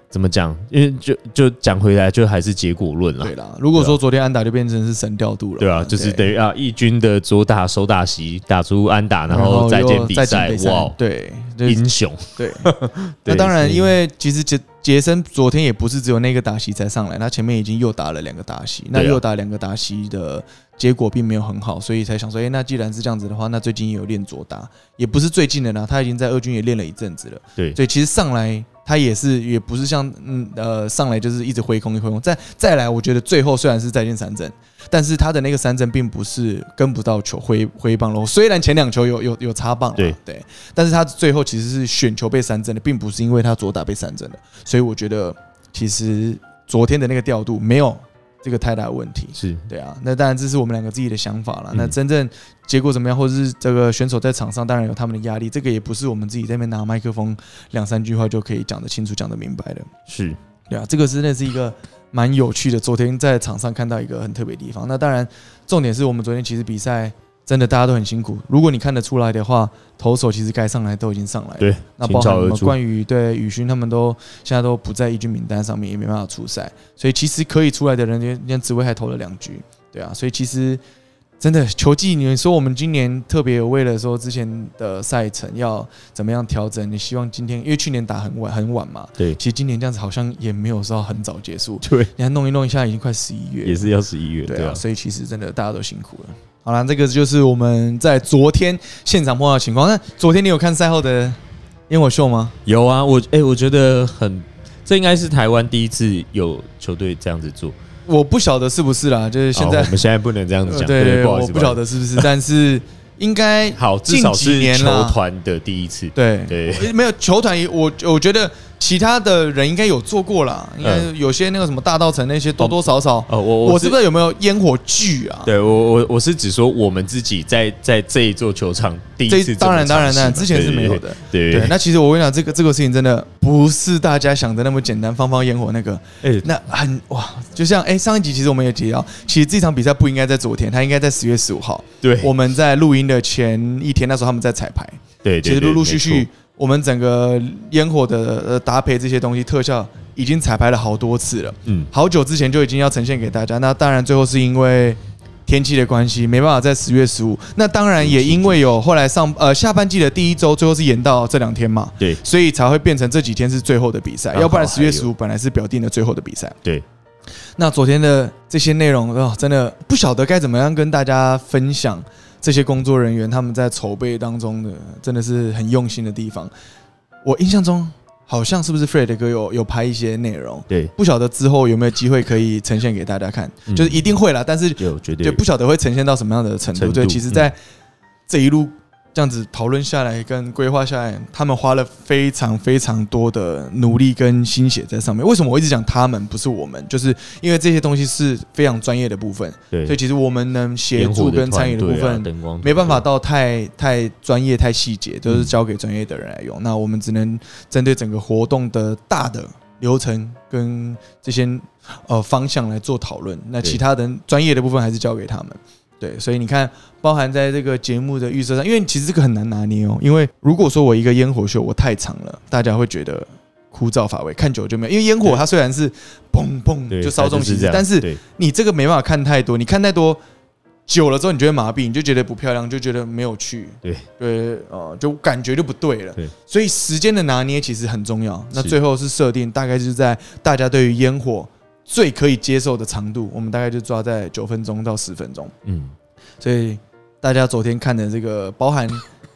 怎么讲，因为就就讲回来就还是结果论啦对。啦。如果说昨天安打就变成是神调度了嘛，对啊，就是等对。于啊，义军的左打手打席打出安打，然后再见又比再赛，比赛哇，对，就是英雄。 对。 对嗯那当然，所以因为其实杰杰森昨天也不是只有那个打席才上来，他前面已经又打了两个打席，那对啊又打两个打席的结果并没有很好，所以才想说，哎、那既然是这样子的话，那最近也有练左打，也不是最近的啦，他已经在二军也练了一阵子了，对所以其实上来。他也是，也不是像嗯呃上来就是一直挥空一挥空，再再来，我觉得最后虽然是再见三振，但是他的那个三振并不是跟不到球挥挥棒喽。虽然前两球有有有插棒啦，啊对对，但是他最后其实是选球被三振的，并不是因为他左打被三振的，所以我觉得其实昨天的那个调度没有这个太大的问题。是对啊，那当然这是我们两个自己的想法了。嗯那真正结果怎么样，或者是这个选手在场上当然有他们的压力，这个也不是我们自己在那边拿麦克风两三句话就可以讲得清楚、讲得明白的。是，对啊，这个真的是一个蛮有趣的。昨天在场上看到一个很特别的地方。那当然，重点是我们昨天其实比赛真的大家都很辛苦。如果你看得出来的话，投手其实该上来都已经上来了。对，那包倾巢含我而们出，冠宇对宇勋他们都现在都不在一军名单上面，也没办法出赛，所以其实可以出来的人，人家紫薇还投了两局，对啊，所以其实真的球技，你说我们今年特别为了说之前的赛程要怎么样调整，你希望今天因为去年打很晚很晚嘛，对其实今年这样子好像也没有说很早结束，对，你看弄一弄一下已经快十一月了，也是要十一月，对对啊，啊，所以其实真的大家都辛苦了。好啦，这个就是我们在昨天现场碰到的情况。那昨天你有看赛后的烟火秀吗？有啊，我哎，我觉得很，这应该是台湾第一次有球队这样子做。我不晓得是不是啦，就是现好在、啊我们现在不能这样子呃 讲，对对，不好意我思，不晓好意思。得是不是，但是应该好，至近少几是年球啦团的第一次，对对 没有球团也，我我觉得其他的人应该有做过啦，应该有些那个什么大道城那些多多少少，嗯哦，我我是不知道有没有烟火剧啊？对我我我是指说我们自己在在这一座球场第一这次当然这当么尝然试当然，嘛之前是没有的。对对对，，那其实我跟你讲，这个这个事情真的不是大家想的那么简单，放放烟火那个，哎那很哇，就像哎、上一集其实我们也提到，其实这场比赛不应该在昨天，它应该在十月十五号。对我们在录音的前一天，那时候他们在彩排，对对其实陆陆续，对没续错我们整个烟火的呃搭配这些东西特效已经彩排了好多次了，嗯，好久之前就已经要呈现给大家。那当然最后是因为天气的关系，没办法在十月十五。那当然也因为有后来上呃下半季的第一周，最后是延到这两天嘛，对所以才会变成这几天是最后的比赛。刚好要不然啊还十月十有五本来是表定的最后的比赛。对，那昨天的这些内容啊、哦真的不晓得该怎么样跟大家分享。这些工作人员他们在筹备当中的，真的是很用心的地方。我印象中好像是不是 Fred 哥有有拍一些内容，对，不晓得之后有没有机会可以呈现给大家看，嗯就是一定会啦，但是有绝对就不晓得会呈现到什么样的程度。程度对，其实，在这一路这样子讨论下来跟规划下来，他们花了非常非常多的努力跟心血在上面。为什么我一直讲他们不是我们？就是因为这些东西是非常专业的部分，对所以其实我们能协烟火助的跟参与的团部队啊分灯光没办法团到太太专业、太细节，都、是交给专业的人来用。那我们只能针对整个活动的大的流程跟这些呃方向来做讨论。那对其他人专业的部分还是交给他们。对，所以你看，包含在这个节目的预设上，因为其实这个很难拿捏哦。因为如果说我一个烟火秀我太长了，大家会觉得枯燥乏味，看久就没有。因为烟火它虽然是嘣队嘣就稍纵即逝，但是对你这个没办法看太多，你看太多久了之后，你就会麻痹，你就觉得不漂亮，就觉得没有趣，对对，呃，就感觉就不对了。对所以时间的拿捏其实很重要。那是最后是设定，大概就是在大家对于烟火最可以接受的长度，我们大概就抓在九分钟到十分钟。嗯，所以大家昨天看的这个，包含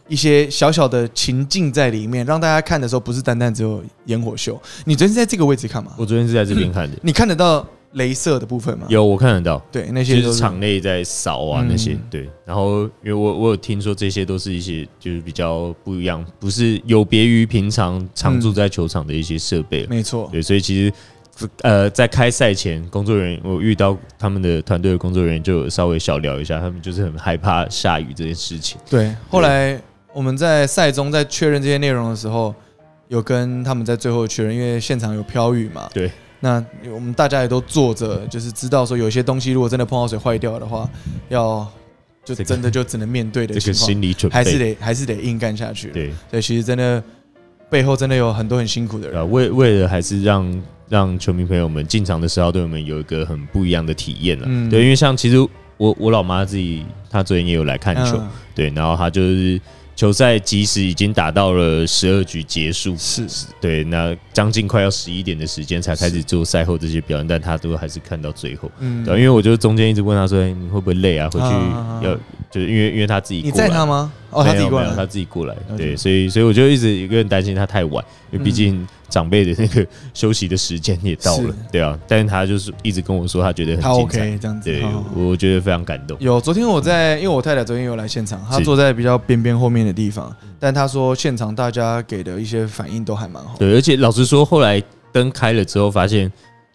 一些小小的情境在里面，让大家看的时候不是单单只有烟火秀。你昨天是在这个位置看吗？我昨天是在这边看的，你看得到镭射的部分吗？，有我看得到。对，那些就都是是场内在扫啊那些嗯，对，然后因为我我有听说这些都是一些就是比较不一样，不是有别于平常常嗯驻在球场的一些设备了，没错，对，所以其实呃，在开赛前，工作人员我遇到他们的团队的工作人员就有稍微小聊一下，他们就是很害怕下雨这件事情。对。后来我们在赛中在确认这些内容的时候，有跟他们在最后确认，因为现场有飘雨嘛。对。那我们大家也都坐着，就是知道说有些东西如果真的碰到水坏掉的话，要就这个真的就只能面对的这情个况，心理准备还是得还是得硬干下去。对，对，其实真的背后真的有很多很辛苦的人。啊，为为了还是让让球迷朋友们进场的时候对我们有一个很不一样的体验了。嗯对，因为像其实我我老妈自己，她昨天也有来看球，嗯对，然后她就是球赛即使已经打到了十二局结束，是对，那将近快要十一点的时间才开始做赛后这些表演，但她都还是看到最后。嗯对，因为我就中间一直问她说：“哎你会不会累啊？回去啊要、就是因为因为她自己你过在来那吗？哦，他自己过没有没有他来，自己过来解。对，所以所以我就一直有个人担心他太晚，因为毕竟长辈的那个休息的时间也到了嗯是，对啊。但是他就是一直跟我说他觉得他很精彩， OK 这样子。对好，我觉得非常感动。有，昨天我在，因为我太太昨天有来现场，她是嗯坐在比较边边后面的地方，但她说现场大家给的一些反应都还蛮好。对，而且老实说，后来灯开了之后，发现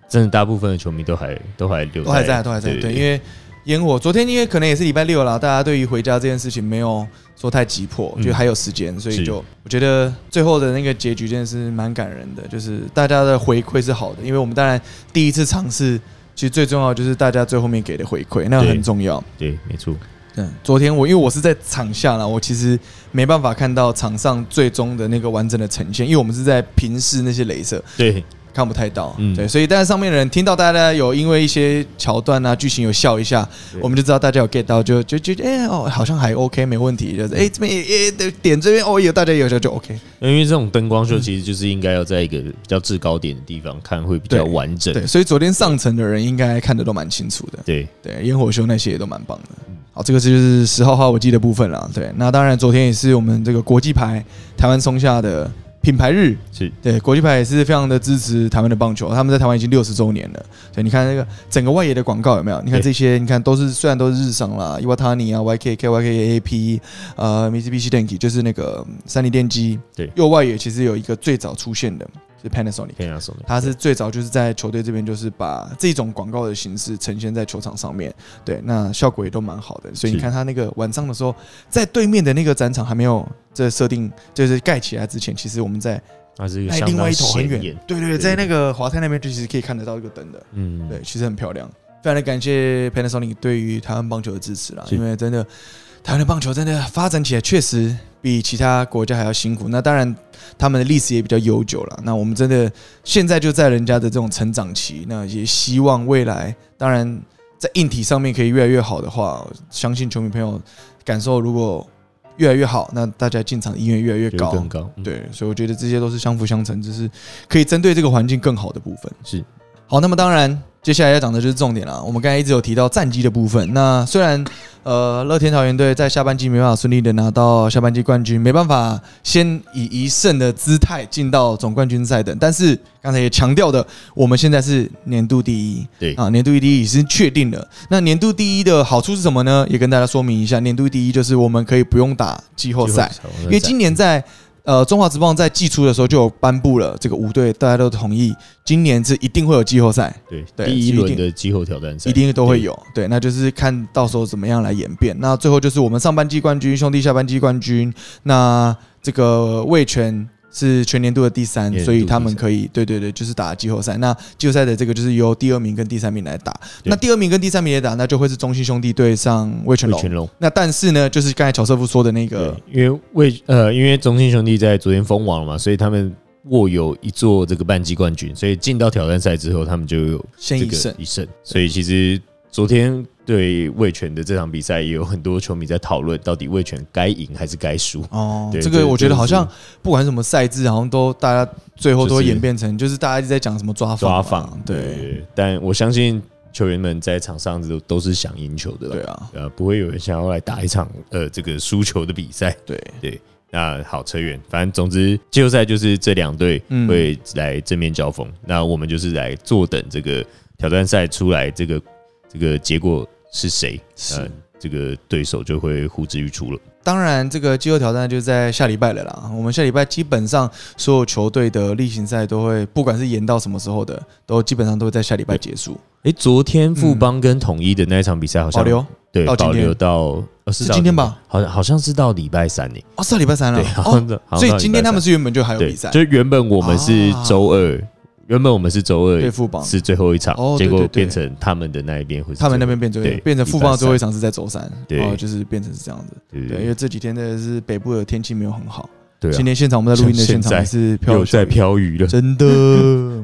真的大部分的球迷都还都还留都还在，都还在。对，因为烟火昨天因为可能也是礼拜六啦，大家对于回家这件事情没有说太急迫，嗯就还有时间，所以是就我觉得最后的那个结局真的是蛮感人的，就是大家的回馈是好的，因为我们当然第一次尝试，其实最重要的就是大家最后面给的回馈，那个对很重要。对，没错，嗯，昨天我因为我是在场下啦，我其实没办法看到场上最终的那个完整的呈现，因为我们是在平视那些镭射，对看不太到。嗯对，所以但是上面的人听到大家有因为一些桥段啊、剧情有笑一下，对我们就知道大家有 get 到，就就就哎、哦，好像还 OK 没问题，嗯就是哎、这边也也也点这边哦有大家有时候就 OK。因为这种灯光嗯秀其实就是应该要在一个比较制高点的地方看会比较对完整。对，所以昨天上层的人应该看得都蛮清楚的。对，对，烟火秀那些也都蛮棒的。好，这个就是十号花火季的部分啦。对，那当然昨天也是我们这个国际牌台湾松下的品牌日，是对国际牌也是非常的支持台湾的棒球，他们在台湾已经六十周年了。对，你看那个整个外野的广告有没有？你看这些，你看都是虽然都是日商啦，Iwatani 啊，YK KYK AP，呃，Mitsubishi Denki 就是那个嗯三菱电机。对右外野其实有一个最早出现的。是 Panasonic。可以拿手的。他是最早就是在球队这边，就是把这种广告的形式呈现在球场上面，对，那效果也都蛮好的。所以你是看他那个晚上的时候，在对面的那个展场还没有这设定，就是盖起来之前，其实我们在它是一个在相另外当一头很显远眼，，对对对，对在那个华泰那边就其实可以看得到一个灯的，嗯，对，其实很漂亮。非常的感谢 Panasonic 对于台湾棒球的支持啦，是因为真的台湾的棒球真的发展起来确实比其他国家还要辛苦。那当然，他们的历史也比较悠久了。那我们真的现在就在人家的这种成长期，那也希望未来，当然在硬体上面可以越来越好的话，相信球迷朋友感受如果越来越好，那大家进场意愿越来越就高。更高，嗯，对，所以我觉得这些都是相辅相成，就是可以针对这个环境更好的部分。是好，那么当然，接下来要讲的就是重点了。我们刚才一直有提到战绩的部分。那虽然呃，乐天桃园队在下半季没办法顺利的拿到下半季冠军，没办法先以一胜的姿态进到总冠军赛等，但是刚才也强调的，我们现在是年度第一，对啊，年度第一已经确定了。那年度第一的好处是什么呢？也跟大家说明一下，年度第一就是我们可以不用打季后赛，季后因为今年嗯在呃中华职棒在季初的时候就有颁布了这个五队，大家都同意今年是一定会有季后赛，对对第是一一轮定的季后挑战赛一定都会有。对，那就是看到时候怎么样来演变。那最后就是我们上半季冠军，兄弟下半季冠军，那这个卫权。是全年度的第三年，度所以他们可以对对对，就是打季后赛。那季后赛的这个就是由第二名跟第三名来打。对那第二名跟第三名来打，那就会是中信兄弟对上魏全对龙魏。全龙。那但是呢，就是刚才乔瑟夫说的那个对，因为魏呃，因为中信兄弟在昨天封王了嘛，所以他们握有一座这个半季冠军，所以进到挑战赛之后，他们就有先这一个胜，一胜。所以其实昨天对魏权的这场比赛，也有很多球迷在讨论，到底魏权该赢还是该输？哦，对这这个个我觉得真的好是像不管什么赛制，好像都大家最后都会就是演变成，就是大家一直在讲什么抓抓访嘛访对但我相信球员们在场上都都是想赢球的啦对啊，呃，不会有人想要来打一场呃这个输球的比赛。对，那好，扯远，反正总之季后赛就是这两队嗯会来正面交锋，那我们就是来坐等这个挑战赛出来，这个这个结果是谁，是呃这个对手就会呼之欲出了。当然，这个季后挑战就在下礼拜了啦。我们下礼拜基本上所有球队的例行赛都会，不管是延到什么时候的，都基本上都会在下礼拜结束。诶，昨天富邦跟统一的那一场比赛好像保留对到今保留天到呃是到今天吧？好像好像是到礼拜三呢。哦，是到礼拜三了对，好哦像，到好像所以到礼今天拜他们三是原本就还有对，比赛，哦就是原本我们是周二，原本我们是周对二富邦，是最后一场哦，对结果对对变成他们的那一边会是他们那最边后变最对变成富邦的礼拜最后一场是在周三，对哦，就是变成是这样子。对对，因为这几天真的是北部的天气没有很好。对啊今天现场我们在录音的现场像还是飘又着小在雨，飘雨了。真 的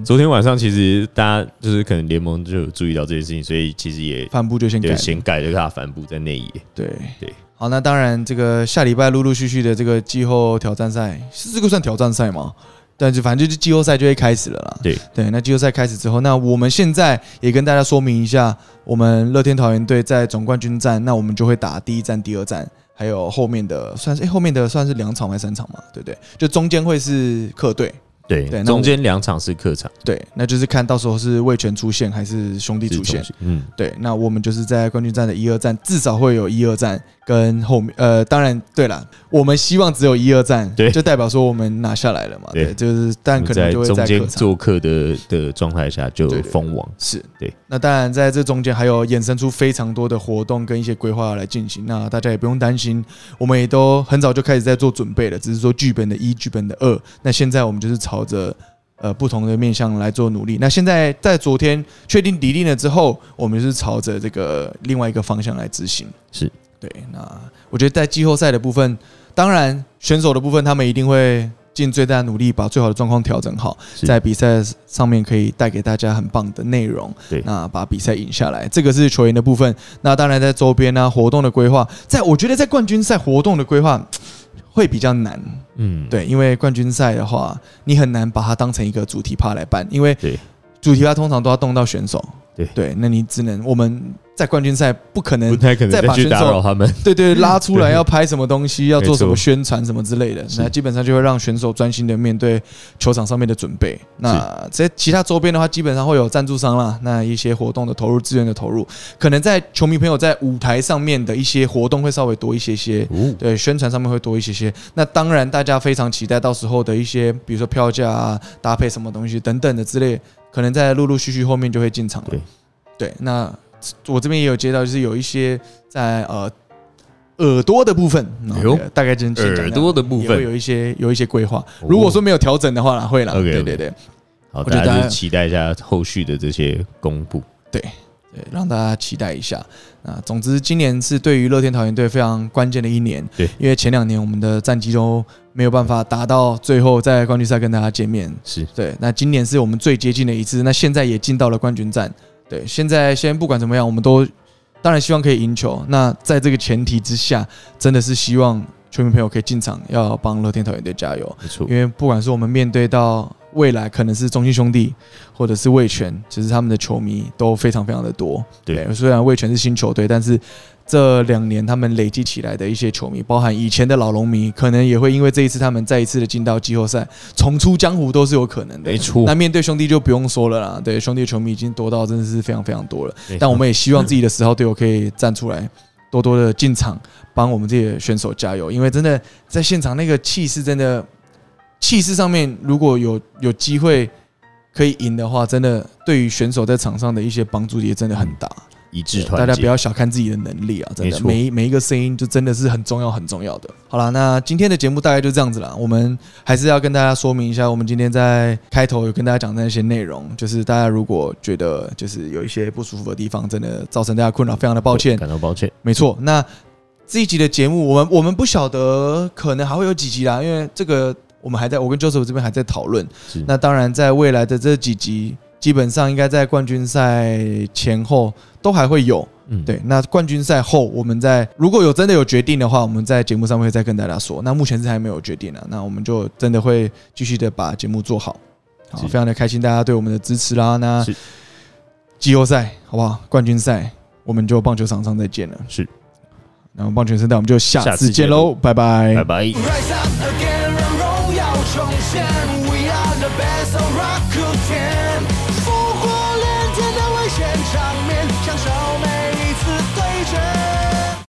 昨天晚上其实大家就是可能联盟就有注意到这件事情，所以其实也帆布就先改就。先盖了大帆布在内野。对对，好，那当然这个下礼拜陆陆续续的这个季后挑战赛是这个算挑战赛吗？但是反正就是季后赛就会开始了啦。对对，那季后赛开始之后，那我们现在也跟大家说明一下，我们乐天桃园队在总冠军战，那我们就会打第一战、第二战，还有后面的算是、诶后哎面的算是两场还是三场嘛？对不对？就中间会是客队，对，对那中间两场是客场，对，那就是看到时候是魏权出现还是兄弟是出现中。嗯，对，那我们就是在冠军战的一二战，至少会有一二战跟后面，呃，当然对了，我们希望只有一二战，对就代表说我们拿下来了嘛，对，对就是但可能就会中在客间场。做客的的状态下就对对封王。是对，那当然，在这中间还有衍生出非常多的活动跟一些规划来进行，那大家也不用担心，我们也都很早就开始在做准备了，只是说剧本的一、剧本的二，那现在我们就是朝着呃不同的面向来做努力。那现在在昨天确定底定了之后，我们就是朝着这个另外一个方向来执行。是对，那我觉得在季后赛的部分，当然选手的部分，他们一定会尽最大的努力把最好的状况调整好，是在比赛上面可以带给大家很棒的内容。对那把比赛赢下来，这个是球员的部分。那当然在周边啊活动的规划，在我觉得在冠军赛活动的规划会比较难。嗯，对，因为冠军赛的话，你很难把它当成一个主题趴来办，因为对主题趴通常都要动到选手。对对，那你只能我们在冠军赛不可能不太可能再把去选打扰手他们。对对拉出来要拍什么东 西，要做什没么错宣传什么之类的，是那基本上就会让选手专心的面对球场上面的准备。那在其他周边的话，基本上会有赞助商啦，那一些活动的投入、资源的投入，可能在球迷朋友在舞台上面的一些活动会稍微多一些些。哦， 对，宣传上面会多一些些。那当然，大家非常期待到时候的一些，比如说票价啊、搭配什么东西等等的之类，可能在陆陆续续后面就会进场了。对对，那我这边也有接到，就是有一些在呃耳朵的部分，哎呦那大概就是先讲耳朵的部也会分，有一些有一些规划。哦如果说没有调整的话啦，会啦。 OK，OK 对对对好，我觉得大家大就家是期待一下后续的这些公布。对，让大家期待一下。那总之，今年是对于乐天桃园队非常关键的一年。对，因为前两年我们的战绩都没有办法达到最后在冠军赛跟大家见面。是对，那今年是我们最接近的一次，那现在也进到了冠军战。对，现在先不管怎么样，我们都当然希望可以赢球。那在这个前提之下，真的是希望球迷朋友可以进场，要帮乐天桃园队加油。没错因，为不管是我们面对到未来可能是中信兄弟或者是味全，其实他们的球迷都非常非常的多。对虽然味全是新球队，但是这两年他们累积起来的一些球迷，包含以前的老龙迷，可能也会因为这一次他们再一次的进到季后赛，重出江湖都是有可能的没。错那。面对兄弟就不用说了啦，对兄弟的球迷已经多到真的是非常非常多了。没错但我们也希望自己的十号队友可以站出来，多多的进场帮我们这些选手加油，因为真的在现场那个气势真的气势上面，如果有有机会可以赢的话，真的对于选手在场上的一些帮助也真的很大。一致团大家结不要小看自己的能力啊，真的没，错每一每一个声音就真的是很重要很重要的。好啦，那今天的节目大概就这样子啦。我们还是要跟大家说明一下，我们今天在开头有跟大家讲的那些内容，就是大家如果觉得就是有一些不舒服的地方，真的造成大家困扰，非常的抱歉。感到抱歉。没错，那这一集的节目，我们我们不晓得可能还会有几集啦，因为这个我们还在，我跟 Joseph 这边还在讨论。是那当然，在未来的这几集，基本上应该在冠军赛前后都还会有。嗯，对，那冠军赛后，我们在如果有真的有决定的话，我们在节目上面会再跟大家说。那目前是还没有决定的、啊那我们就真的会继续的把节目做好。好，是非常的开心大家对我们的支持啦。那是季后赛好不好？冠军赛我们就棒球场上再见了。是，那我们棒球生态我们就下下次次见见喽，拜拜，拜拜。 Rise up again，让荣耀重现。We are the best of Rakuten，